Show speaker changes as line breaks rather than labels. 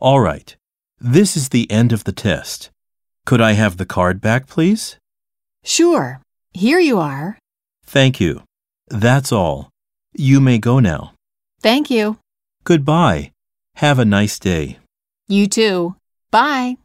All right. This is the end of the test. Could I have the card back, please?
Sure. Here you are.
Thank you. That's all. You may go now.
Thank you.
Goodbye. Have a nice day.
You too. Bye.